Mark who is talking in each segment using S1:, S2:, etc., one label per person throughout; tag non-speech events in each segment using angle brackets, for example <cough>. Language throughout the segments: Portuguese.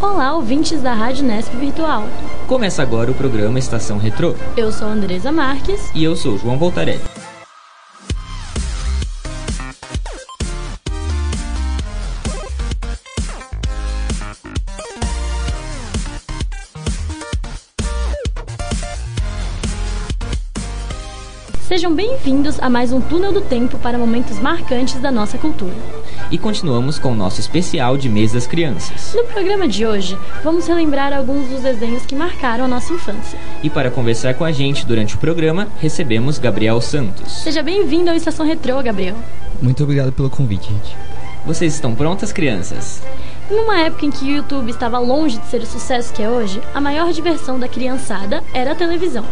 S1: Olá, ouvintes da Rádio Nesp Virtual.
S2: Começa agora o programa Estação Retrô.
S1: Eu sou Andresa Marques.
S2: E eu sou João Voltarelli.
S1: Sejam bem-vindos a mais um Túnel do Tempo para momentos marcantes da nossa cultura.
S2: E continuamos com o nosso especial de Mês das Crianças.
S1: No programa de hoje, vamos relembrar alguns dos desenhos que marcaram a nossa infância.
S2: E para conversar com a gente durante o programa, recebemos Gabriel Santos.
S1: Seja bem-vindo ao Estação Retrô, Gabriel.
S3: Muito obrigado pelo convite, gente.
S2: Vocês estão prontas, crianças?
S1: Numa época em que o YouTube estava longe de ser o sucesso que é hoje, a maior diversão da criançada era a televisão.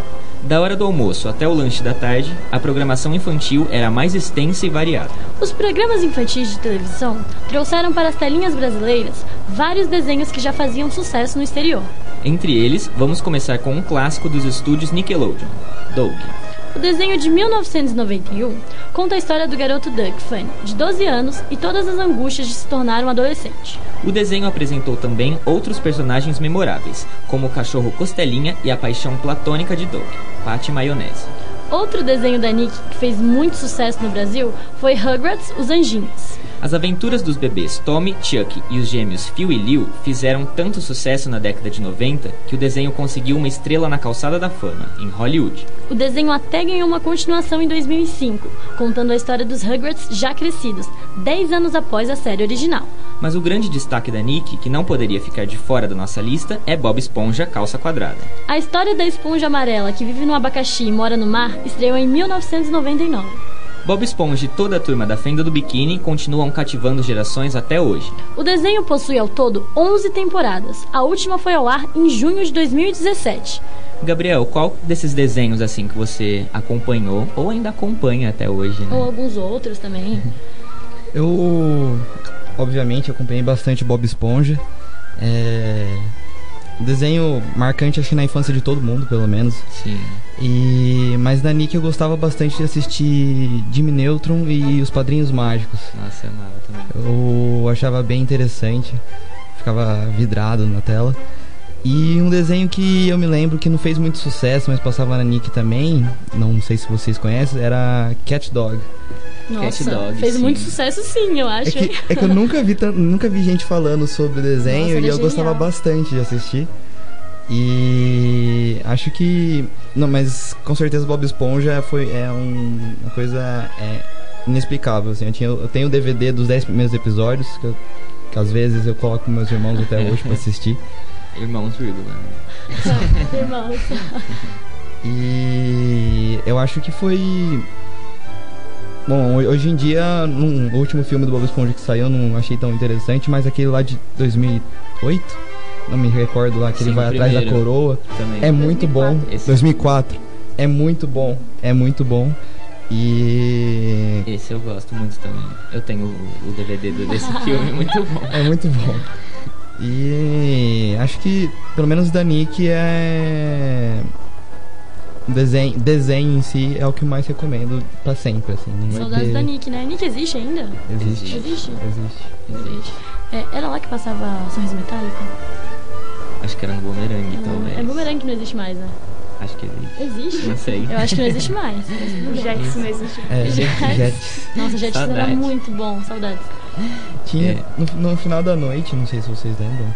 S2: Da hora do almoço até o lanche da tarde, a programação infantil era mais extensa e variada.
S1: Os programas infantis de televisão trouxeram para as telinhas brasileiras vários desenhos que já faziam sucesso no exterior.
S2: Entre eles, vamos começar com um clássico dos estúdios Nickelodeon, Doug.
S1: O desenho de 1991 conta a história do garoto Doug Funny, de 12 anos, e todas as angústias de se tornar um adolescente.
S2: O desenho apresentou também outros personagens memoráveis, como o cachorro Costelinha e a paixão platônica de Doug, Patty Maionese.
S1: Outro desenho da Nick que fez muito sucesso no Brasil foi Rugrats, Os Anjinhos.
S2: As aventuras dos bebês Tommy, Chuck e os gêmeos Phil e Lil fizeram tanto sucesso na década de 90 que o desenho conseguiu uma estrela na calçada da fama, em Hollywood.
S1: O desenho até ganhou uma continuação em 2005, contando a história dos Rugrats já crescidos, 10 anos após a série original.
S2: Mas o grande destaque da Nick, que não poderia ficar de fora da nossa lista, é Bob Esponja Calça Quadrada.
S1: A história da esponja amarela que vive no abacaxi e mora no mar estreou em 1999.
S2: Bob Esponja e toda a turma da Fenda do Biquíni continuam cativando gerações até hoje.
S1: O desenho possui ao todo 11 temporadas. A última foi ao ar em junho de 2017.
S2: Gabriel, qual desses desenhos assim que você acompanhou ou ainda acompanha até hoje, né?
S1: Ou alguns outros
S2: <laughs>
S1: também.
S3: Eu, obviamente, acompanhei bastante Bob Esponja. É... Desenho marcante, acho que na infância de todo mundo, pelo menos.
S2: Sim.
S3: E mas da Nick eu gostava bastante de assistir Jimmy Neutron e os Padrinhos Mágicos.
S2: Nossa, eu amava também.
S3: Eu achava bem interessante, ficava vidrado na tela. E um desenho que eu me lembro que não fez muito sucesso, mas passava na Nick também, não sei se vocês conhecem, era Cat Dog.
S1: Nossa,
S2: Dog,
S1: fez
S2: sim.
S1: muito sucesso sim, eu acho.
S2: <laughs>
S3: É que,
S1: hein?
S3: é que eu nunca vi, tan- nunca vi gente falando sobre o
S1: Nossa,
S3: desenho
S1: era
S3: e eu gostava
S1: genial.
S3: bastante de assistir. E acho que. Não, mas com certeza Bob Esponja foi, é um- uma coisa é, inexplicável. Assim. Eu, tinha, eu tenho o DVD dos 10 primeiros episódios, que, eu- que às vezes eu coloco com meus irmãos até hoje pra assistir.
S2: Irmãos Vírgula. né?
S1: Irmãos.
S3: E eu acho que foi. Bom, ho- hoje em dia, num- o último filme do Bob Esponja que saiu, eu não achei tão interessante, mas aquele lá de 2008, não me recordo lá, que
S2: Sim,
S3: ele
S2: o
S3: vai atrás da
S2: primeiro.
S3: coroa,
S2: Também.
S3: é muito bom.
S2: 2004. Esse-
S3: 2004. É muito bom, é muito bom. E.
S2: Esse eu gosto muito também. Eu tenho o, o DVD do- desse <laughs> filme, muito bom.
S3: É muito bom. E acho que, pelo menos da Nick, é. Desenho, desenho em si é o que eu mais recomendo pra sempre, assim. Não vai
S1: Saudades
S3: ter-
S1: da Nick, né? Nick existe ainda?
S3: Existe.
S1: Existe?
S3: Existe.
S2: Existe.
S1: É, era lá que passava sorriso metálico?
S2: Acho que era no Boomerang,
S1: Não,
S2: talvez.
S1: é bumerangue que não existe mais, né?
S2: Acho que existe.
S1: Existe?
S2: Não sei.
S1: Eu acho que não existe mais.
S2: <laughs>
S4: Jets não existe.
S3: É,
S1: <laughs>
S2: Jets.
S3: Jets.
S1: Nossa, Jets era
S2: Saudades.
S1: muito bom, saudades.
S3: Tinha,
S2: É.
S3: no, no final da noite, não sei se vocês lembram,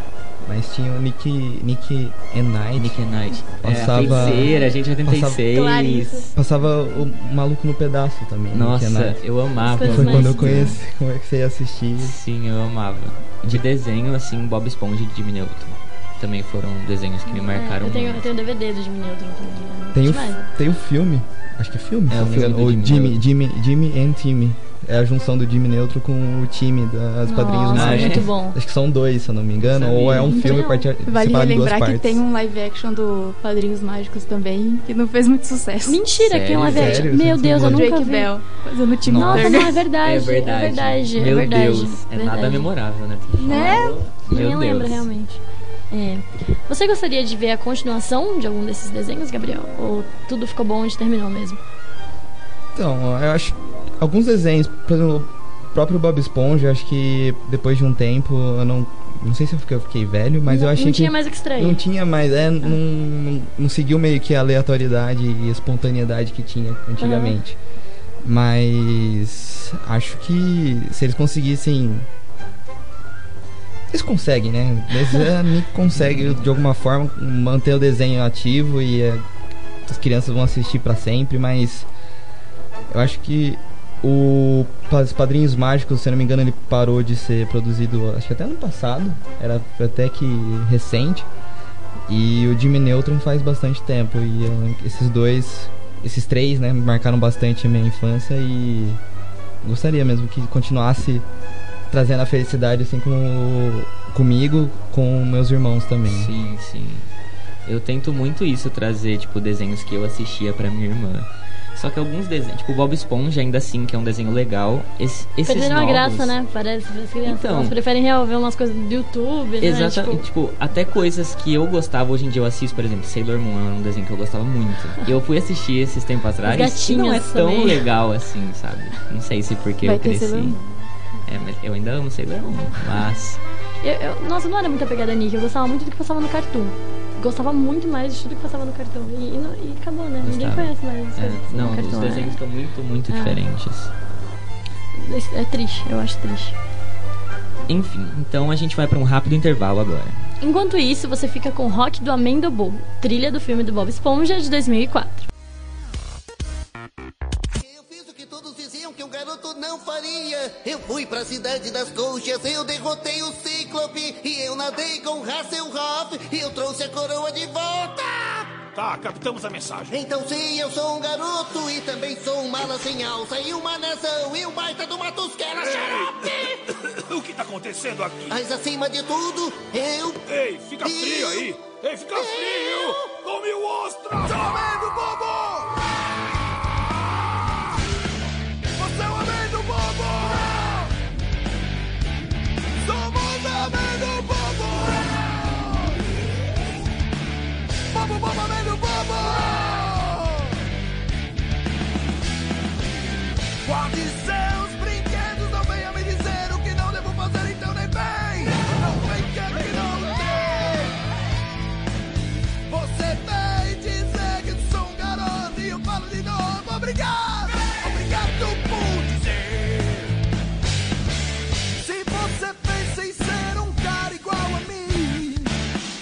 S3: mas tinha o Nick, Nick and Night.
S2: Nick and Knight. É,
S3: Passava-
S2: a feiticeira, gente é
S3: passava-
S2: 86.
S4: Clarissa.
S3: Passava o Maluco no Pedaço também. Nick and
S2: Nossa,
S3: Night.
S2: eu amava.
S1: Foi
S3: Foi
S1: Mas-
S3: quando eu conheci, como é que você ia assistir.
S2: Sim, eu amava. De desenho, assim, Bob Esponja e Jimmy Neutron. Também foram desenhos que me marcaram
S1: É, eu, tenho, eu
S2: muito.
S1: tenho DVD do Jimmy Neutron também. Era
S3: Tem o,
S1: demais, né?
S3: tem o filme, acho que é filme.
S2: É,
S3: se
S2: o
S3: não me engano,
S2: filme do
S3: ou
S2: Jimmy
S3: Jimmy, Jimmy, Jimmy and Timmy. É a junção do Jimmy Neutro com o time das Padrinhos
S1: Nossa,
S2: Mágicos.
S1: muito bom.
S3: Acho que são dois, se eu não me engano,
S2: Não
S3: ou é um
S1: sabia.
S3: filme parte,
S4: Vale
S3: separado em duas
S4: lembrar que
S3: partes.
S4: tem um live action do Padrinhos Mágicos também, que não fez muito sucesso.
S1: Mentira, que é uma
S2: Sério?
S1: velha.
S3: Sério?
S1: Meu
S3: Você
S1: Deus, eu
S3: não
S1: nunca
S3: viu?
S4: Drake
S1: vi.
S4: Bell fazendo Tim
S1: Nossa, não,
S4: Burton.
S1: é verdade. É verdade. É verdade.
S2: Meu
S1: verdade,
S2: Deus, é nada
S1: verdade.
S2: memorável, né?
S4: Né?
S2: Meu
S1: Ninguém lembra
S2: Deus.
S1: realmente. É. Você gostaria de ver a continuação de algum desses desenhos, Gabriel? Ou tudo ficou bom onde terminou mesmo?
S3: Então, eu acho. Alguns desenhos, por exemplo, o próprio Bob Esponja, eu acho que depois de um tempo eu não, Não sei se eu fiquei, eu fiquei velho, mas
S1: não,
S3: eu achei
S1: não
S3: que.
S1: tinha mais o que extrair.
S3: Não tinha mais, é, não, não, não seguiu meio que a aleatoriedade e espontaneidade que tinha antigamente. Mas acho que se eles conseguissem. Eles conseguem, né? Eles é, meio que conseguem de alguma forma manter o desenho ativo e é, as crianças vão assistir pra sempre, mas eu acho que o Pa- Os Padrinhos Mágicos, se eu não me engano, ele parou de ser produzido, acho que até ano passado, era até que recente. E o Jimmy Neutron faz bastante tempo e eh, esses dois, esses três, né, marcaram bastante a minha infância e gostaria mesmo que continuasse trazendo a felicidade assim com comigo, com meus irmãos também.
S2: Sim, sim. Eu tento muito isso, trazer, tipo, desenhos que eu assistia pra minha irmã. Só que alguns desenhos, tipo, Bob Esponja, ainda assim, que é um desenho legal. Esse, esses
S1: Perderam a
S2: novos,
S1: graça, né? Parece que as crianças
S2: Então.
S1: elas preferem rever umas coisas do YouTube, né?
S2: Exatamente,
S1: Tipo,
S2: tipo, até coisas que eu gostava, hoje em dia eu assisto, por exemplo, Sailor Moon era um desenho que eu gostava muito. Eu fui assistir esses tempos atrás e não é
S1: gatinhos
S2: tão
S1: também.
S2: legal assim, sabe? Não sei se porque
S4: Vai
S2: eu
S4: ter
S2: cresci.
S4: Sailor Moon.
S2: É, mas eu ainda amo Sailor Moon, mas
S1: eu, eu- nossa, eu não era muito apegada a Nick, eu gostava muito do que passava no cartoon. Gostava muito mais de tudo que passava no cartoon. E, e não- e acabou, né? Ninguém
S2: Gostava.
S1: conhece mais as
S2: é,
S1: coisas que passam
S2: não,
S1: no
S2: os
S1: cartoon, né?
S2: desenhos estão muito, muito
S1: É.
S2: diferentes.
S1: É, é triste, eu acho triste.
S2: Enfim, então a gente vai pra um rápido intervalo agora.
S1: Enquanto isso, você fica com Rock do Amendobol, trilha do filme do Bob Esponja de 2004.
S5: Eu fiz o que todos diziam que um garoto não faria. Eu fui pra cidade das coxas, eu derrotei o Cíclope. E eu nadei com Hasselhoff e eu trouxe a coroa de volta.
S6: Tá, captamos a mensagem.
S5: Então sim, eu sou um garoto e também sou um mala sem alça e uma nação e um baita do Matusquera xarope.
S6: O que tá acontecendo aqui?
S5: Mas acima de tudo, eu...
S6: Ei, fica frio aí! Ei, fica frio! Come o ostra! Seu amigo bobo! Você é um amigo bobo! Somos amigo bobo! Bobo, bobo, amigo bobo! Guarde seus brinquedos, não venha me dizer o que não devo fazer, então nem bem! Não brinque que não tem! Você vem dizer que sou um garoto e eu falo de novo, obrigado! Obrigado por dizer! Se você pensa em ser um cara igual a mim,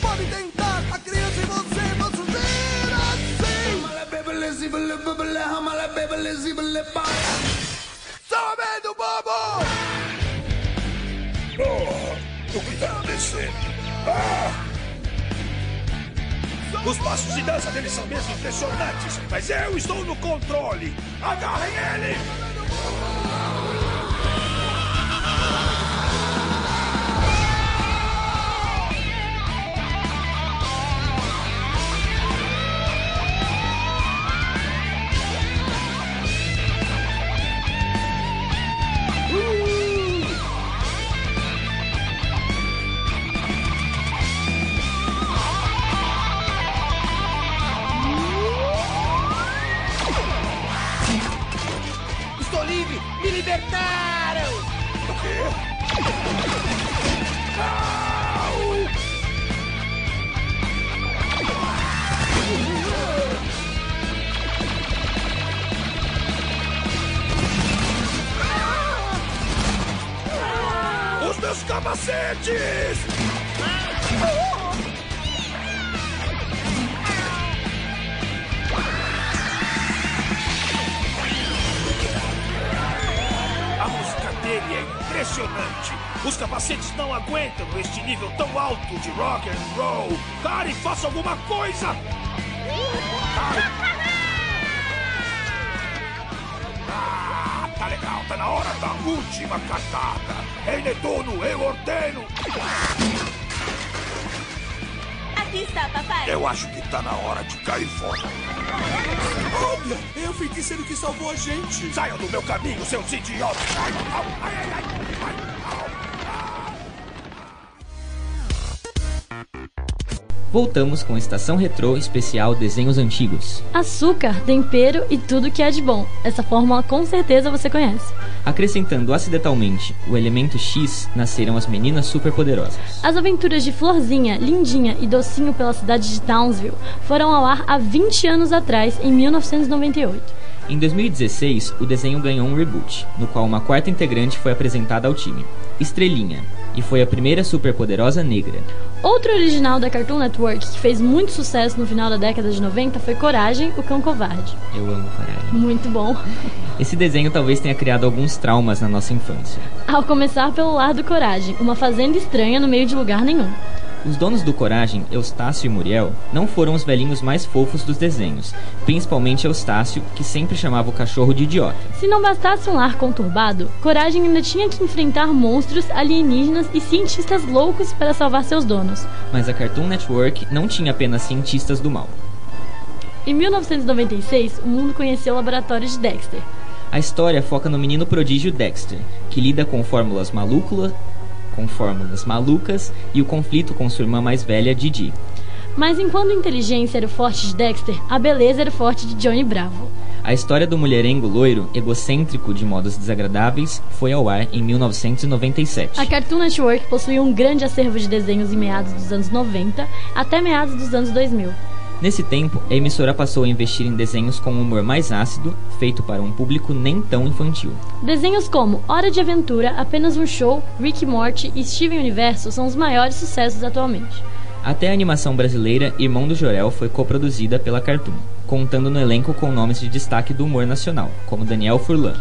S6: pode tentar a criança e você vai surgir assim! Sou do bobo! Oh, o que tá acontecendo? Ah! Os passos de dança deles são mesmo impressionantes, mas eu estou no controle! Agarrem ele! Estou livre! Me libertaram! O quê? Os meus capacetes! A música dele é impressionante. Os capacetes não aguentam este nível tão alto de rock and roll. Pare, faça alguma coisa! Pare. Ah, tá legal, tá na hora da última cartada. Em Netuno, eu ordeno.
S7: Aqui está, papai.
S6: Eu acho que tá na hora de cair fora. Olha, eu fiquei sendo que salvou a gente. Saiam do meu caminho, seus idiotas. Ai, au, ai, ai, ai, ai, au.
S2: Voltamos com Estação Retrô especial Desenhos Antigos.
S1: Açúcar, tempero e tudo que é de bom. Essa fórmula com certeza você conhece.
S2: Acrescentando acidentalmente o elemento X, nasceram as meninas superpoderosas.
S1: As aventuras de Florzinha, Lindinha e Docinho pela cidade de Townsville foram ao ar há 20 anos atrás, em 1998.
S2: Em 2016, o desenho ganhou um reboot, no qual uma quarta integrante foi apresentada ao time, Estrelinha, e foi a primeira superpoderosa negra.
S1: Outro original da Cartoon Network que fez muito sucesso no final da década de 90 foi Coragem, o Cão Covarde.
S2: Eu amo Coragem.
S1: Muito bom.
S2: Esse desenho talvez tenha criado alguns traumas na nossa infância.
S1: Ao começar pelo lar do Coragem, uma fazenda estranha no meio de lugar nenhum.
S2: Os donos do Coragem, Eustácio e Muriel, não foram os velhinhos mais fofos dos desenhos, principalmente Eustácio, que sempre chamava o cachorro de idiota.
S1: Se não bastasse um lar conturbado, Coragem ainda tinha que enfrentar monstros, alienígenas e cientistas loucos para salvar seus donos.
S2: Mas a Cartoon Network não tinha apenas cientistas do mal.
S1: Em 1996, o mundo conheceu o laboratório de Dexter.
S2: A história foca no menino prodígio Dexter, que lida com fórmulas malúculas, com fórmulas malucas e o conflito com sua irmã mais velha, Didi.
S1: Mas enquanto a inteligência era o forte de Dexter, a beleza era o forte de Johnny Bravo.
S2: A história do mulherengo loiro, egocêntrico de modos desagradáveis, foi ao ar em 1997.
S1: A Cartoon Network possuía um grande acervo de desenhos em meados dos anos 90 até meados dos anos 2000.
S2: Nesse tempo, a emissora passou a investir em desenhos com um humor mais ácido, feito para um público nem tão infantil.
S1: Desenhos como Hora de Aventura, Apenas um Show, Rick e Morty e Steven Universo são os maiores sucessos atualmente.
S2: Até a animação brasileira Irmão do Jorel foi coproduzida pela Cartoon, contando no elenco com nomes de destaque do humor nacional, como Daniel Furlan.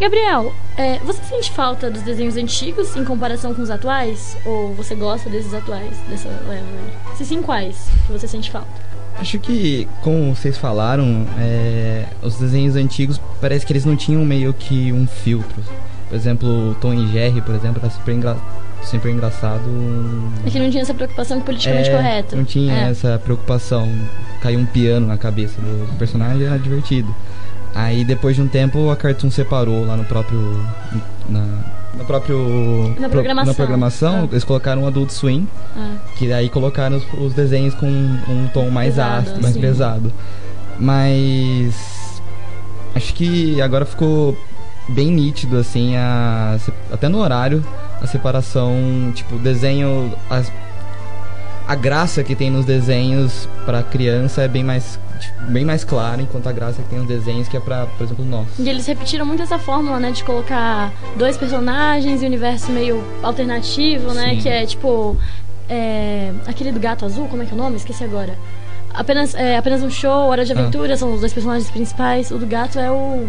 S1: Gabriel, é, você sente falta dos desenhos antigos em comparação com os atuais? Ou você gosta desses atuais, dessa leva? aí? Se sim, quais que você sente falta?
S3: Acho que, como vocês falaram, é, os desenhos antigos parece que eles não tinham meio que um filtro. Por exemplo, o Tom e Jerry, por exemplo, era super, engra- sempre engraçado. um
S1: É que não tinha essa preocupação com o politicamente
S3: É,
S1: correto.
S3: Não tinha
S1: É.
S3: essa preocupação. Caiu um piano na cabeça do personagem, era divertido. Aí depois de um tempo a Cartoon separou lá no próprio. Na, no próprio. pro-
S1: programação.
S3: na programação,
S1: Ah.
S3: eles colocaram o Adult Swim.
S1: Ah.
S3: Que daí colocaram os, os desenhos com um, um tom mais
S1: Pesado,
S3: ácido, mais
S1: sim.
S3: pesado. Mas. Acho que agora ficou bem nítido, assim, a, se- até no horário, a separação, tipo, desenho. as- a graça que tem nos desenhos pra criança é bem mais, tipo, bem mais clara, enquanto a graça que tem nos desenhos que é pra, por exemplo, nós.
S1: E eles repetiram muito essa fórmula, né? De colocar dois personagens e um universo meio alternativo, né?
S2: Sim.
S1: Que é tipo. é, aquele do gato azul, como é que é o nome? Esqueci agora. Apenas, é, apenas um show, Hora de
S3: Ah.
S1: Aventura, são os dois personagens principais. O do gato é o.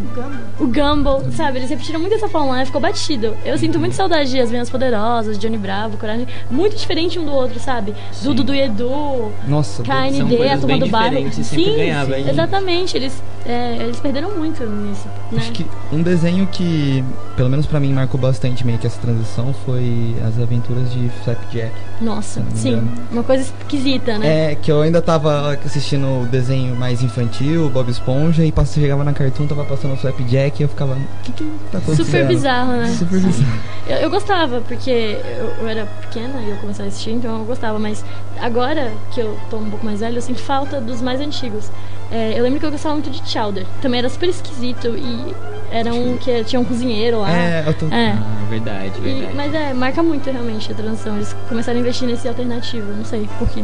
S1: O Gumball, sabe? Eles repetiram muito essa fórmula, né? Ficou batido. Eu sinto muito saudade de As Meninas Poderosas, Johnny Bravo, Coragem. Muito diferente um do outro, sabe?
S2: Sim.
S1: Do Dudu e Edu.
S3: Nossa,
S2: são
S1: KND, a
S2: coisas
S1: turma
S2: bem
S1: do bairro.
S2: diferentes e sempre ganhava, hein?
S1: exatamente. Eles, é, eles perderam muito nisso, né?
S3: Acho que um desenho que, pelo menos pra mim, marcou bastante meio que essa transição foi As Aventuras de Flapjack.
S1: Nossa,
S3: não me
S1: sim.
S3: engano.
S1: Uma coisa esquisita, né?
S3: É, que eu ainda tava assistindo o desenho mais infantil, Bob Esponja, e pass- chegava na Cartoon, tava passando Flapjack, e eu ficava, o que que tá acontecendo?
S1: Super bizarro, né?
S3: Super bizarro.
S1: Eu, eu gostava, porque eu, eu era pequena e eu comecei a assistir, então eu gostava. Mas agora que eu tô um pouco mais velha, eu sinto falta dos mais antigos. É, eu lembro que eu gostava muito de Chowder. Também era super esquisito e era um que tinha um cozinheiro lá.
S3: É, eu tô...
S1: É.
S2: Ah, verdade,
S1: E-
S2: verdade.
S1: mas é, marca muito realmente a transição. Eles começaram a investir nesse alternativo, não sei por quê.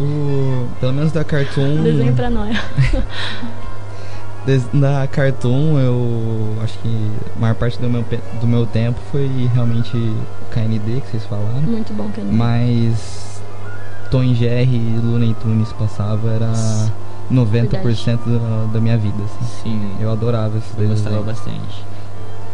S3: O, pelo menos da Cartoon...
S1: Desenho pra nós. <laughs>
S3: des- da Cartoon, eu acho que a maior parte do meu, pe- do meu tempo foi realmente o KND, que vocês falaram.
S1: Muito bom, Kenny.
S3: Mas Tom e Jerry e Looney Tunes passava era 90% da, da minha vida, assim.
S2: Sim,
S3: Eu adorava esses
S2: eu
S3: dois
S2: gostava
S3: desenhos.
S2: bastante.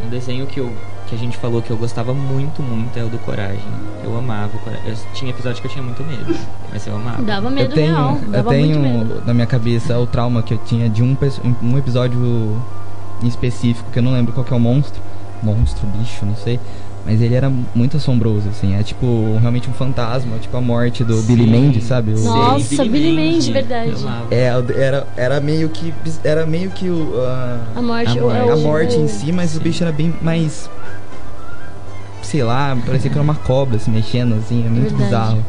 S2: Um desenho que, eu, que a gente falou que eu gostava muito, muito é o do Coragem. Eu amava o Coragem. Eu- tinha episódio que eu tinha muito medo, mas eu amava.
S1: Dava medo
S3: Eu tenho,
S1: real.
S3: eu
S1: Dava muito medo.
S3: tenho na minha cabeça o trauma que eu tinha de um, perso- um episódio em específico, que eu não lembro qual que é o monstro. Monstro, bicho, não sei. Mas ele era muito assombroso, assim. É tipo, realmente um fantasma, tipo a morte do Billy
S2: Sim,
S3: Mandy, sabe? O-
S2: sim,
S1: Nossa, Billy Mandy, verdade.
S2: Eu amava.
S3: É, era, era meio que. bis- Era meio que o. ah,
S1: A morte,
S2: A
S1: o-
S2: morte.
S1: é o-
S3: a morte em
S1: o-
S3: si, mas o bicho era bem mais. Sei lá, parecia que era uma cobra se mexendo assim, é muito
S1: Verdade.
S3: bizarro.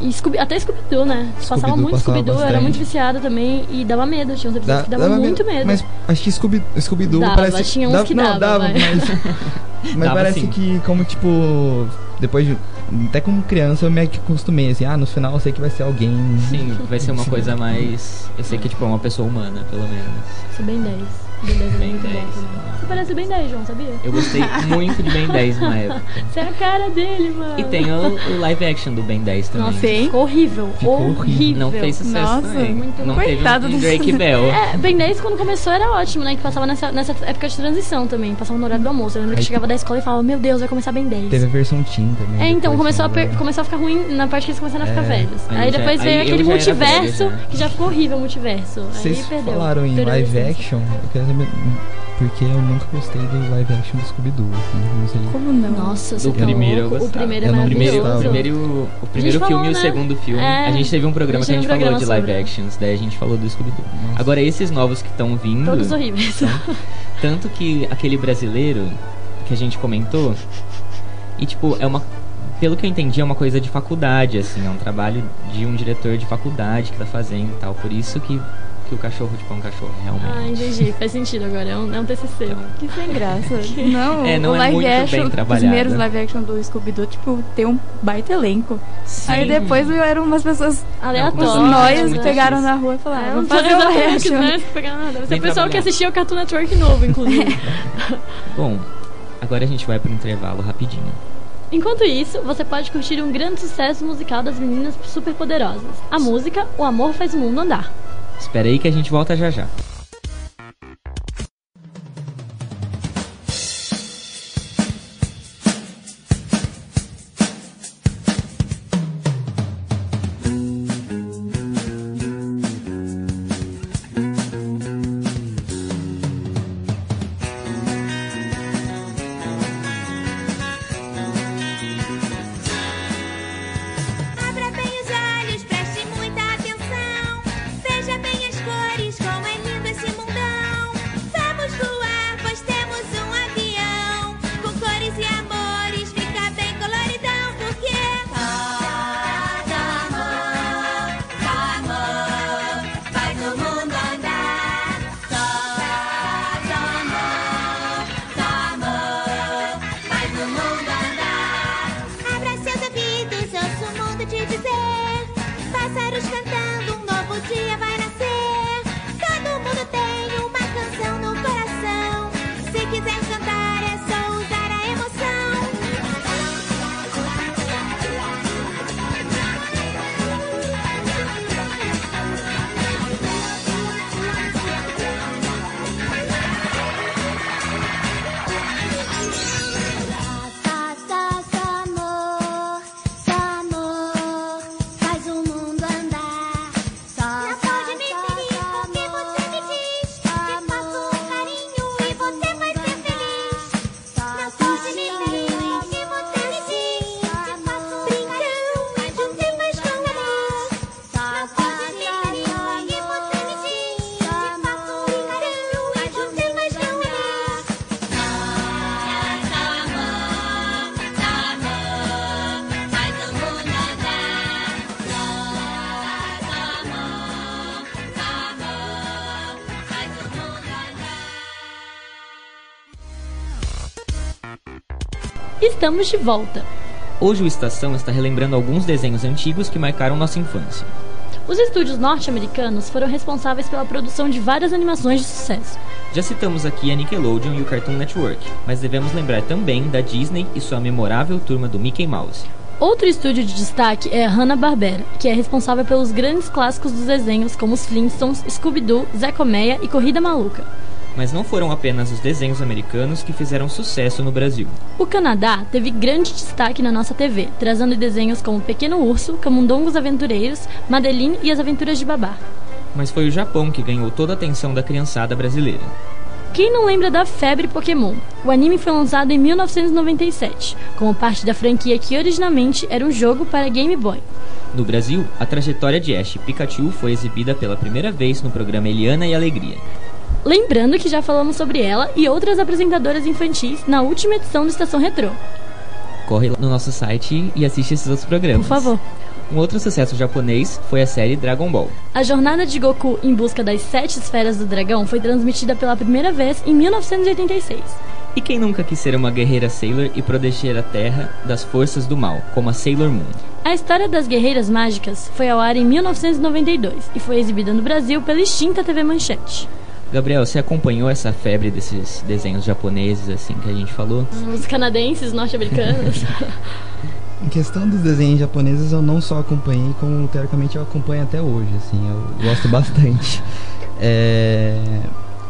S1: E Scooby, até Scooby-Doo, né? passava
S3: Scooby-Doo,
S1: muito
S3: passava
S1: Scooby-Doo, eu era
S3: bastante.
S1: muito viciada também e dava medo. Tinha uns episódios que dava, muito medo.
S3: Mas acho que Scooby, Scooby-Doo
S1: Dava,
S3: parece...
S1: tinha uns que
S3: não,
S1: dava, né?
S3: dava,
S1: vai.
S3: mas...
S2: <laughs>
S3: Mas
S2: Dava
S3: parece
S2: sim.
S3: que como, tipo... Depois de... Até como criança eu meio que acostumei, assim. Ah, no final eu sei que vai ser alguém...
S2: Sim, vai ser uma coisa mais. Eu sei que tipo, é uma pessoa humana, pelo menos.
S1: Isso, Ben 10. Ben 10 é
S2: Ben
S1: muito
S2: 10.
S1: bom também. Você parece o Ben 10, João, sabia?
S2: Eu gostei muito de Ben 10 na época.
S1: Você é a cara dele, mano.
S2: E tem o, o live action do Ben 10 também.
S4: Nossa, hein?
S1: Ficou horrível.
S3: Ficou horrível.
S1: horrível.
S2: Não fez sucesso
S4: Nossa,
S2: também.
S4: muito
S2: Não
S4: bom.
S2: teve
S4: Coitado
S2: um, um
S4: desse-
S2: Drake Bell.
S1: É, Ben 10 quando começou era ótimo, né? Que passava nessa, nessa época de transição também. Passava no horário do almoço. Eu lembro que
S3: Aí-
S1: chegava da escola e falava, meu Deus, vai começar Ben 10.
S3: Teve a versão Teen também.
S1: É, então,
S3: depois,
S1: começou a,
S3: né?
S1: per- começou a ficar ruim na parte que eles começaram a ficar
S3: É,
S1: velhos.
S2: aí
S1: Aí,
S2: já-
S1: depois
S2: aí
S1: veio
S2: eu
S1: aquele
S2: já era velho,
S1: multiverso,
S2: já.
S1: que já ficou horrível o multiverso.
S3: Vocês
S1: aí perdeu.
S3: falaram em
S1: Perdeu a
S3: live
S1: essência.
S3: action, eu quero saber... hum, Porque eu nunca gostei do live action do Scooby-Doo, assim. Não sei...
S4: Como não?
S1: Nossa, você
S2: Do
S1: tá
S2: primeiro eu
S1: louco. O
S2: gostava.
S1: primeiro é
S3: Eu não
S2: O primeiro, o
S1: maravilhoso.
S3: gostava.
S2: primeiro, o primeiro
S1: falou,
S2: filme e o
S1: né?
S2: segundo filme.
S1: É.
S2: A gente teve um programa
S1: A
S2: que
S1: gente
S2: a gente
S1: teve um
S2: falou de
S1: programa
S2: live
S1: sobre.
S2: actions, daí a gente falou do Scooby-Doo. Agora, esses novos que estão vindo.
S1: Todos horríveis.
S2: Então. Tanto que aquele brasileiro que a gente comentou. E tipo, é uma. Pelo que eu entendi, é uma coisa de faculdade, assim, é um trabalho de um diretor de faculdade que tá fazendo e tal. Por isso que, que o cachorro, tipo, é um cachorro,
S1: Ah,
S2: realmente.
S1: entendi. Faz sentido agora. É um, é um TCC.
S2: Então.
S4: <laughs> Que sem graça. Não,
S2: É, não
S4: o
S2: é
S4: live
S2: muito bem
S4: action, os
S2: trabalhado.
S4: primeiros live action do Scooby-Doo, tipo, tem um baita elenco. Aí depois eram umas pessoas,
S1: Aleatório.
S4: uns
S2: Nossa,
S4: noias,
S2: muito
S4: pegaram
S2: difícil.
S4: na rua e falaram,
S1: É,
S4: vamos
S1: não
S4: fazer um live
S1: exatamente,
S4: action.
S1: né? Você pega nada. Você é
S2: Bem
S1: o pessoal
S2: trabalhado.
S1: que assistia o Cartoon Network
S2: <laughs>
S1: novo, inclusive.
S2: Bom, agora a gente vai pro intervalo rapidinho.
S1: Enquanto isso, você pode curtir um grande sucesso musical das meninas superpoderosas. A música O Amor Faz o Mundo Andar.
S2: Espera aí que a gente volta já já.
S7: Abra bem os olhos, preste muita atenção. Veja bem as cores, como é lindo esse mundão. Vamos voar, pois temos um avião. Com cores e amores, fica bem coloridão, porque. Cada amor, amor, faz o mundo andar. Cada amor, amor, faz o mundo andar. Abra seus ouvidos, ouça o mundo te dizer. Pássaros cantando, um novo dia vai nascer. Todo mundo tem uma canção no coração. Se quiser cantar, é só usar a emoção. Tá, tá, tá, amor, tá, amor, faz o mundo andar. Não pode me ferir porque você me diz que faço um carinho e você vai ser feliz. Não pode me ferir porque você me diz que faço um carinho e você vai ser feliz. é Não pode me ferir porque você me diz que faço um carinho e você vai ser feliz.
S1: Estamos de volta.
S2: Hoje o Estação está relembrando alguns desenhos antigos que marcaram nossa infância.
S1: Os estúdios norte-americanos foram responsáveis pela produção de várias animações de sucesso.
S2: Já citamos aqui a Nickelodeon e o Cartoon Network, mas devemos lembrar também da Disney e sua memorável turma do Mickey Mouse.
S1: Outro estúdio de destaque é a Hanna-Barbera, que é responsável pelos grandes clássicos dos desenhos como os Flintstones, Scooby-Doo, Zé Colmeia e Corrida Maluca.
S2: Mas não foram apenas os desenhos americanos que fizeram sucesso no Brasil.
S1: O Canadá teve grande destaque na nossa TV, trazendo desenhos como Pequeno Urso, Camundongos Aventureiros, Madeline e As Aventuras de Babá.
S2: Mas foi o Japão que ganhou toda a atenção da criançada brasileira.
S1: Quem não lembra da febre Pokémon? O anime foi lançado em 1997, como parte da franquia que originalmente era um jogo para Game Boy.
S2: No Brasil, a trajetória de Ash e Pikachu foi exibida pela primeira vez no programa Eliana e Alegria.
S1: Lembrando que já falamos sobre ela e outras apresentadoras infantis na última edição do Estação Retrô.
S2: Corre lá no nosso site e assiste esses outros
S1: Por
S2: programas.
S1: favor.
S2: Um outro sucesso japonês foi a série Dragon Ball.
S1: A jornada de Goku em busca das sete esferas do dragão foi transmitida pela primeira vez em 1986.
S2: E quem nunca quis ser uma guerreira Sailor e proteger a Terra das forças do mal, como a Sailor Moon?
S1: A história das guerreiras mágicas foi ao ar em 1992 e foi exibida no Brasil pela extinta TV Manchete.
S2: Gabriel, você acompanhou essa febre desses desenhos japoneses, assim, que a gente falou?
S1: Os canadenses,
S3: <laughs>
S1: norte-americanos.
S3: Em questão dos desenhos japoneses, eu não só acompanhei, como teoricamente eu acompanho até hoje, assim, eu gosto <laughs> bastante. É,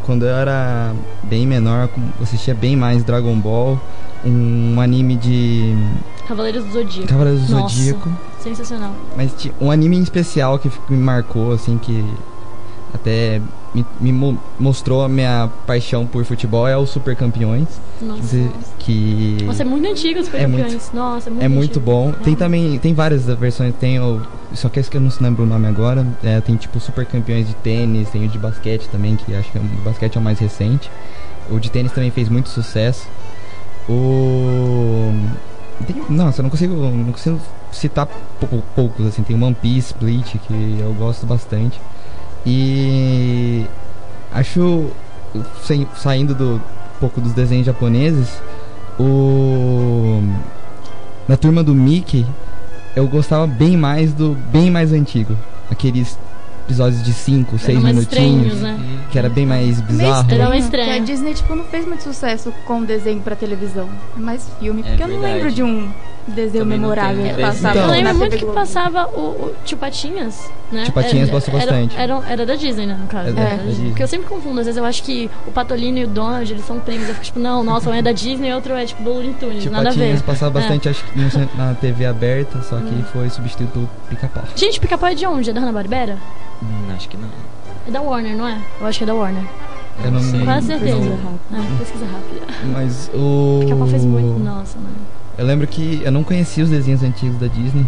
S3: Quando eu era bem menor, eu assistia bem mais Dragon Ball, um anime de
S1: Cavaleiros do Zodíaco.
S3: Cavaleiros do
S1: Nossa.
S3: Zodíaco,
S1: Sensacional.
S3: mas ti- um anime em especial que fi- me marcou, assim, que até me, me mo- mostrou a minha paixão por futebol é o Super Campeões,
S1: Nossa.
S3: que- que
S1: Nossa, é muito antigo os
S3: É muito-
S1: campeões. Nossa, é muito
S3: É muito
S1: antigo.
S3: bom. Tem
S1: Realmente.
S3: também, tem várias versões. Tem o. Só que esse que eu não se lembro o nome agora. É, tem tipo super campeões de tênis, tem o de basquete também, que acho que é o- o basquete é o mais recente. O de tênis também fez muito sucesso. O. Tem, nossa, eu não consigo. Não consigo citar pou- poucos, assim. Tem o One Piece, Split, que eu gosto bastante. E. Acho. sem- Saindo do um pouco dos desenhos japoneses, o na turma do Mickey, eu gostava bem mais do bem mais antigo. Aqueles episódios de 5, 6
S1: Eram mais
S3: minutinhos,
S1: estranhos, né?
S3: que era bem mais bizarro.
S4: É um
S1: estranho. Era uma
S4: Porque
S1: estranha.
S4: a Disney, tipo, não fez muito sucesso com desenho pra televisão. É mais filme,
S2: É
S4: porque eu não
S2: verdade.
S4: lembro de um desenho
S2: Também não
S4: memorável
S2: tem
S4: que
S2: um
S4: passava
S3: desenho.
S1: Eu
S3: Então,
S4: na
S1: lembro
S4: TV
S1: muito que
S4: Globo.
S1: passava o, o Tio Patinhas, né?
S3: Tio Patinhas passou
S1: era-
S3: bastante.
S1: Era, era da Disney, né, no caso.
S3: É da-
S1: Era
S3: da
S1: da Disney. Porque eu sempre confundo. Às vezes eu acho que o Patolino e o Donald, eles são primos. Eu fico tipo, não, nossa, um é da Disney e outro é tipo do Looney Tunes.
S3: Tipo,
S1: nada a ver.
S3: Patinhas
S1: É.
S3: passava
S1: Hum.
S3: bastante acho que, no cen- na TV aberta, só que foi substituído pelo pica-pau.
S1: Gente, Pica-Pau é de onde? É da Hanna-Barbera?
S2: Hum, acho que não.
S1: É da Warner, não é? Eu acho que é da Warner.
S3: Eu não
S2: sei.
S1: Quase certeza.
S3: não-
S1: É, pesquisa rápida.
S3: Mas o.
S1: Pica-Pau fez
S3: Hum.
S1: muito. né? Nossa, mano.
S3: Eu lembro que eu não conhecia os desenhos antigos da Disney.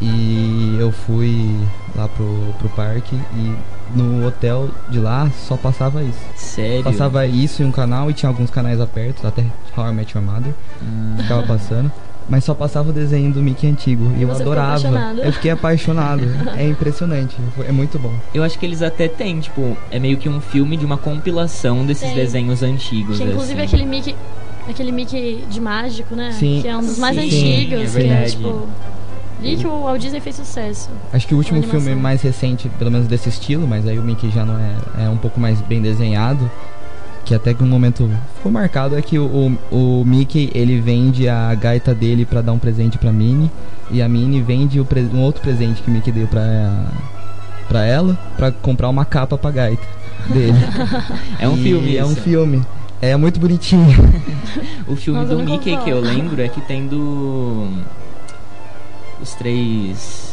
S3: E eu fui lá pro, pro parque e no hotel de lá só passava isso.
S2: Sério?
S3: Passava isso em um canal e tinha alguns canais abertos, até How I Met Your Mother,
S2: Ah,
S3: ficava passando. Mas só passava o desenho do Mickey antigo. E eu
S1: Você ficou
S3: adorava.
S1: apaixonada.
S3: Eu
S1: <laughs>
S3: fiquei apaixonado. é impressionante. foi- É muito bom.
S2: eu acho que eles até têm, tipo, é meio que um filme de uma compilação desses
S1: Tem.
S2: desenhos antigos.
S1: Que inclusive
S2: assim.
S1: aquele Mickey. Aquele Mickey de mágico, né?
S3: Sim.
S1: Que é um dos mais
S2: Sim, é
S1: antigos. que é
S2: verdade.
S1: tipo. Vi que o Walt Disney fez sucesso.
S3: Acho que o último
S1: Uma animação.
S3: filme mais recente, pelo menos desse estilo, mas aí o Mickey já não é, é um pouco mais bem desenhado. Que até que um momento ficou marcado é que o, o, o Mickey ele vende a gaita dele pra dar um presente pra Minnie. E a Minnie vende o pre- um outro presente que o Mickey deu pra, pra ela pra comprar uma capa pra gaita dele.
S2: É um
S3: E
S2: filme.
S3: É um
S2: isso.
S3: filme. É muito bonitinho.
S2: O filme
S1: Nossa, eu
S2: do
S1: nunca ouvi
S2: Mickey que eu
S1: falar.
S2: lembro é que tem do. Os três.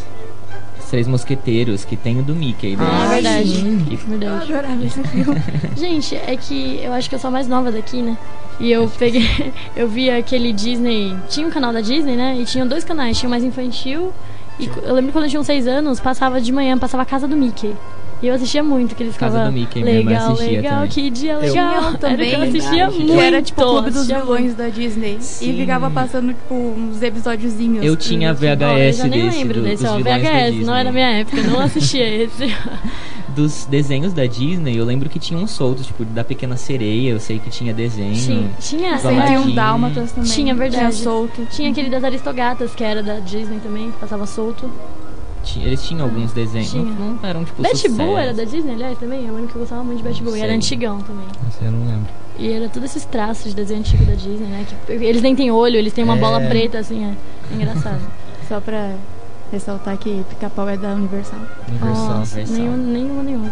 S2: Os três mosqueteiros que tem o do Mickey. né?
S1: Ah, é verdade.
S3: sim.
S4: Eu um
S1: Verdade.
S4: adorava esse filme.
S1: Gente, é que eu acho que eu sou a mais nova daqui, né? E eu peguei, <laughs> eu vi aquele Disney. Tinha um canal da Disney, né? E tinha dois canais, tinha o mais infantil. E co- eu lembro quando eu tinha uns seis anos, passava de manhã, passava a casa do Mickey. E eu assistia muito, que eles
S2: Casa
S1: ficavam.
S2: do Mickey, minha irmã
S1: legal,
S2: assistia
S1: legal,
S2: também.
S1: que dia
S4: Tinha
S1: legal.
S4: um também,
S1: Era o que eu assistia
S2: verdade.
S1: muito.
S4: Que era tipo o clube dos
S1: assistia
S4: vilões da Disney.
S2: Sim.
S4: E ficava passando, tipo, uns episódiozinhos.
S2: Eu tinha
S1: muito. Ó, eu
S2: VHS
S1: já nem
S2: desse,
S1: lembro
S2: do,
S1: desse,
S2: dos
S1: ó.
S2: vilões da
S1: VHS, não
S2: Disney.
S1: era minha época, eu não assistia esse.
S2: Dos desenhos da Disney, eu lembro que tinha uns soltos, tipo, da Pequena Sereia, eu sei que tinha desenho.
S1: Tinha, tinha,
S2: Vai lá.
S4: Sempre
S1: tinha,
S4: um Dálmatas também.
S1: Tinha, verdade.
S4: Era solto.
S1: tinha aquele das Aristogatas, que era da Disney também, que passava solto.
S2: Ti- Eles tinham alguns desenhos.
S1: Tinha.
S2: Não, não eram, tipo,
S1: Bat
S2: sucesso.
S1: Bull era da Disney, aliás, também. Eu lembro que eu gostava muito de Bat Bull. E era
S2: Sei.
S1: antigão também.
S3: Nossa, eu não lembro.
S1: E era todos esses traços de desenho antigo da Disney, né? Que eles nem têm olho, eles têm uma
S3: É.
S1: bola preta, assim, é. Engraçado.
S4: Só pra ressaltar que Pica-Pau é da Universal.
S3: Universal.
S1: Nossa,
S2: versão.
S1: nenhuma, nenhuma, nenhuma.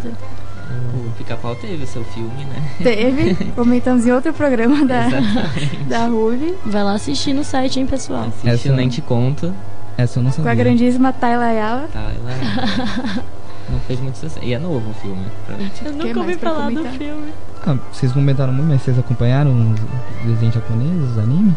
S2: O Pica-Pau teve o seu filme, né?
S4: Teve,
S2: <laughs>
S4: comentamos em outro programa
S1: É.
S4: da,
S2: Exatamente.
S4: da Ruby,
S1: Vai lá assistir no site, hein, pessoal.
S2: Assiste
S3: Essa
S2: o
S3: eu
S2: Nem
S3: não-
S2: Te Conto.
S3: Essa eu não sabia.
S2: Uhum.
S4: com a grandíssima Tayla Ayala.
S2: Tá, ela...
S1: <laughs>
S2: não fez muito sucesso. E é novo o filme. provavelmente.
S1: Eu
S4: nunca
S1: nunca
S4: mais
S1: ouvi
S4: ouvi pra
S1: falar
S4: falar do
S1: do
S4: comentar?
S1: filme.
S3: Ah, vocês comentaram muito, mas vocês acompanharam os desenhos japoneses, os animes?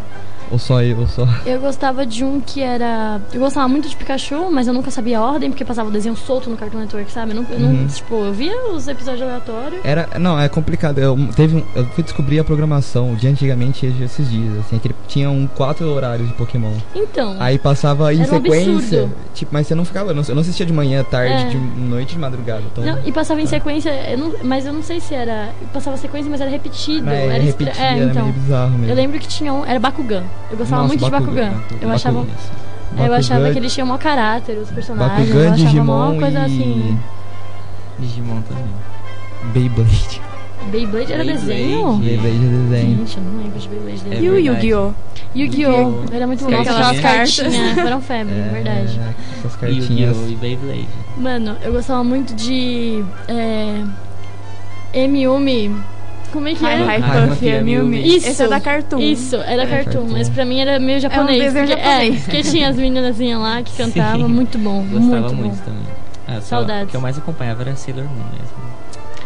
S3: Ou só eu, ou só.
S1: Eu gostava de um que era. Eu gostava muito de Pikachu, mas eu nunca sabia a ordem, porque passava o desenho solto no Cartoon Network, sabe? Eu não, eu não-
S3: Uhum.
S1: tipo, eu via os episódios aleatórios.
S3: Era, não, é complicado. Eu, teve um- eu fui descobrir a programação de antigamente esses dias, assim, aquele, tinha um quatro horários de Pokémon.
S1: Então.
S3: Aí passava em
S1: Era um
S3: sequência.
S1: absurdo.
S3: tipo, mas você não ficava, não, eu não assistia de manhã, tarde,
S1: É.
S3: de noite, de madrugada. Então,
S1: Não, e passava em sequência, eu não- mas eu não sei se era. Passava sequência, mas era repetido.
S3: mas
S1: era estra-
S3: repetia, né,
S1: É,
S3: era
S1: então.
S3: meio bizarro mesmo.
S1: Eu lembro que tinha um. Era Bakugan. Eu gostava muito de Bakugan. Eu achava. Eu achava que eles tinham maior caráter, os personagens. eu
S3: Bakugan,
S1: achava
S3: Digimon
S1: mó coisa
S3: e
S1: assim.
S2: Digimon também.
S1: <laughs>
S3: Beyblade.
S1: Beyblade era
S2: Beyblade.
S1: desenho?
S3: Beyblade é desenho.
S1: Gente, eu não lembro de Beyblade
S2: É
S1: desenho.
S4: e o
S2: verdade.
S4: Yu-Gi-Oh!
S1: Yu-Gi-Oh! Era muito bom.
S2: Aquelas
S1: Nossa, as
S4: cartas.
S1: cartinhas <laughs> foram febre, verdade.
S3: É, essas cartinhas.
S2: Yu-Gi-Oh! e Beyblade.
S1: Mano, eu gostava muito de. É. Miumi. Como é que
S4: Hi
S1: é?
S4: Hi
S2: Hi,
S4: Puff,
S2: Puff,
S4: é Miu Miu.
S1: Isso.
S4: Esse é da Cartoon.
S1: Isso, era
S2: É,
S1: cartoon,
S3: cartoon.
S1: mas pra mim era meio japonês.
S4: desenho
S1: porque,
S4: japonês.
S1: É, porque tinha as meninazinhas lá que cantavam,
S2: Sim.
S1: muito bom.
S2: Gostava
S1: muito,
S2: muito,
S1: bom.
S2: também. Ah, só-
S1: Saudades.
S2: O que eu mais acompanhava era Sailor Moon mesmo.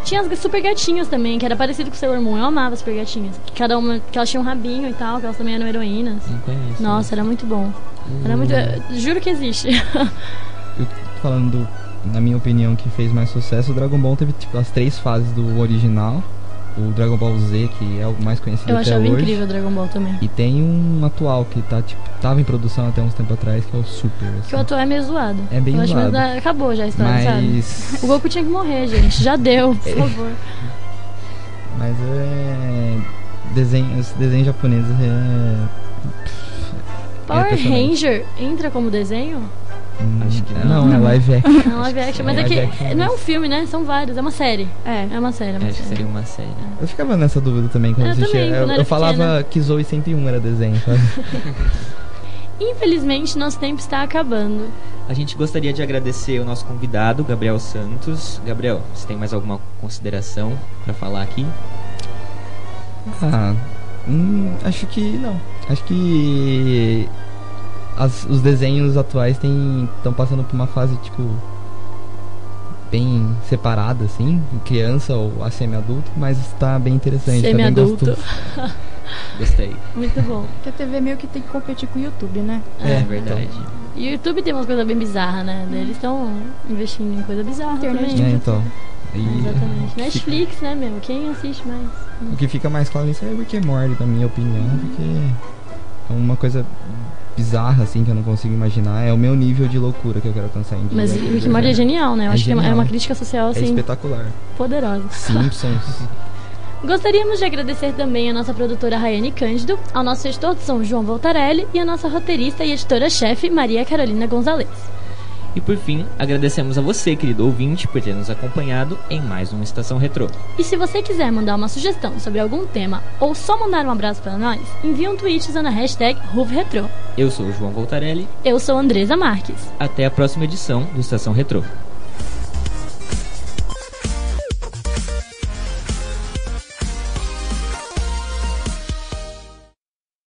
S1: Tinha as super gatinhas também, que era parecido com o Sailor Moon. Eu amava as super gatinhas. Que Cada uma, que elas tinham um rabinho e tal, que elas também eram heroínas.
S2: Não conheço. né?
S1: Nossa, era muito bom. Era muito.
S3: Hum.
S1: eu Juro que existe. <laughs>
S3: Falando, do- na minha opinião, que fez mais sucesso, o Dragon Ball teve tipo, as três fases do original. O Dragon Ball Z, que é o mais conhecido
S1: Eu
S3: até
S1: achava
S3: hoje.
S1: incrível o Dragon Ball também.
S3: E tem um atual que tá, tipo, tava em produção até uns tempo atrás, que é o Super. assim.
S1: Que o ator é meio zoado.
S3: É bem
S1: eu acho
S3: zoado.
S1: meio da- Acabou já a história, sabe?
S3: Mas. É
S1: O Goku tinha que morrer, gente. Já deu, por
S3: <laughs>
S1: favor.
S3: Mas é. Desenhos, desenhos japoneses é.
S1: Power
S3: impressionante.
S1: Ranger entra como desenho?
S3: hum,
S2: Acho que não.
S3: Não, é
S1: <laughs>
S3: live action.
S1: Não, live
S2: que sim.
S1: action. Mas é
S3: Live
S1: que
S3: action,
S1: não é um
S3: mas-
S1: filme, né? São vários. É uma série.
S4: É.
S1: É uma série. É uma
S2: Acho que
S1: série.
S2: seria uma série.
S3: Eu ficava nessa dúvida também quando
S1: Eu
S3: assistia.
S1: também,
S3: eu
S1: quando era
S3: eu falava
S1: pequena.
S3: que Zoe 101 era desenho, sabe?
S1: Infelizmente, nosso tempo está acabando.
S2: A gente gostaria de agradecer o nosso convidado, Gabriel Santos. Gabriel, você tem mais alguma consideração pra falar aqui?
S3: Ah, hum, acho que não. Acho que as- os desenhos atuais estão passando por uma fase tipo bem separada assim, criança ou a semi-adulto, mas está bem interessante. tá bem
S1: Semi-adulto.
S3: gostoso.
S2: Gostei.
S1: Muito bom.
S4: Porque a TV meio que tem que competir com o YouTube, né?
S2: É,
S3: então.
S2: verdade.
S1: E o YouTube tem umas coisas bem bizarras, né?
S3: Hum.
S1: Daí Eles estão investindo em coisa bizarra
S4: Internet.
S1: também.
S3: É, então. E
S1: Exatamente.
S3: o que fica-
S1: Netflix, né, meu? Quem assiste mais?
S3: o que fica mais claro nisso é Rick and Morty, na minha opinião, porque é uma coisa bizarra assim que eu não consigo imaginar. É o meu nível de loucura que eu quero alcançar em dia.
S1: Mas o Rick and Morty é genial, né? Eu
S3: É
S1: acho que é uma- é uma
S3: genial.
S1: crítica social,
S3: É
S1: assim,
S3: espetacular.
S1: poderosa.
S3: Simpsons.
S1: <laughs> Gostaríamos de agradecer também à nossa produtora Rayane Cândido, ao nosso gestor de som João Voltarelli e à nossa roteirista e editora-chefe Maria Carolina Gonzalez.
S2: E por fim, agradecemos a você, querido ouvinte, por ter nos acompanhado em mais uma Estação Retrô.
S1: E se você quiser mandar uma sugestão sobre algum tema ou só mandar um abraço para nós, envie um tweet usando a hashtag RuveRetrô.
S2: Eu sou o João Voltarelli,
S1: Eu sou Andresa Marques.
S2: até a próxima edição do Estação Retrô.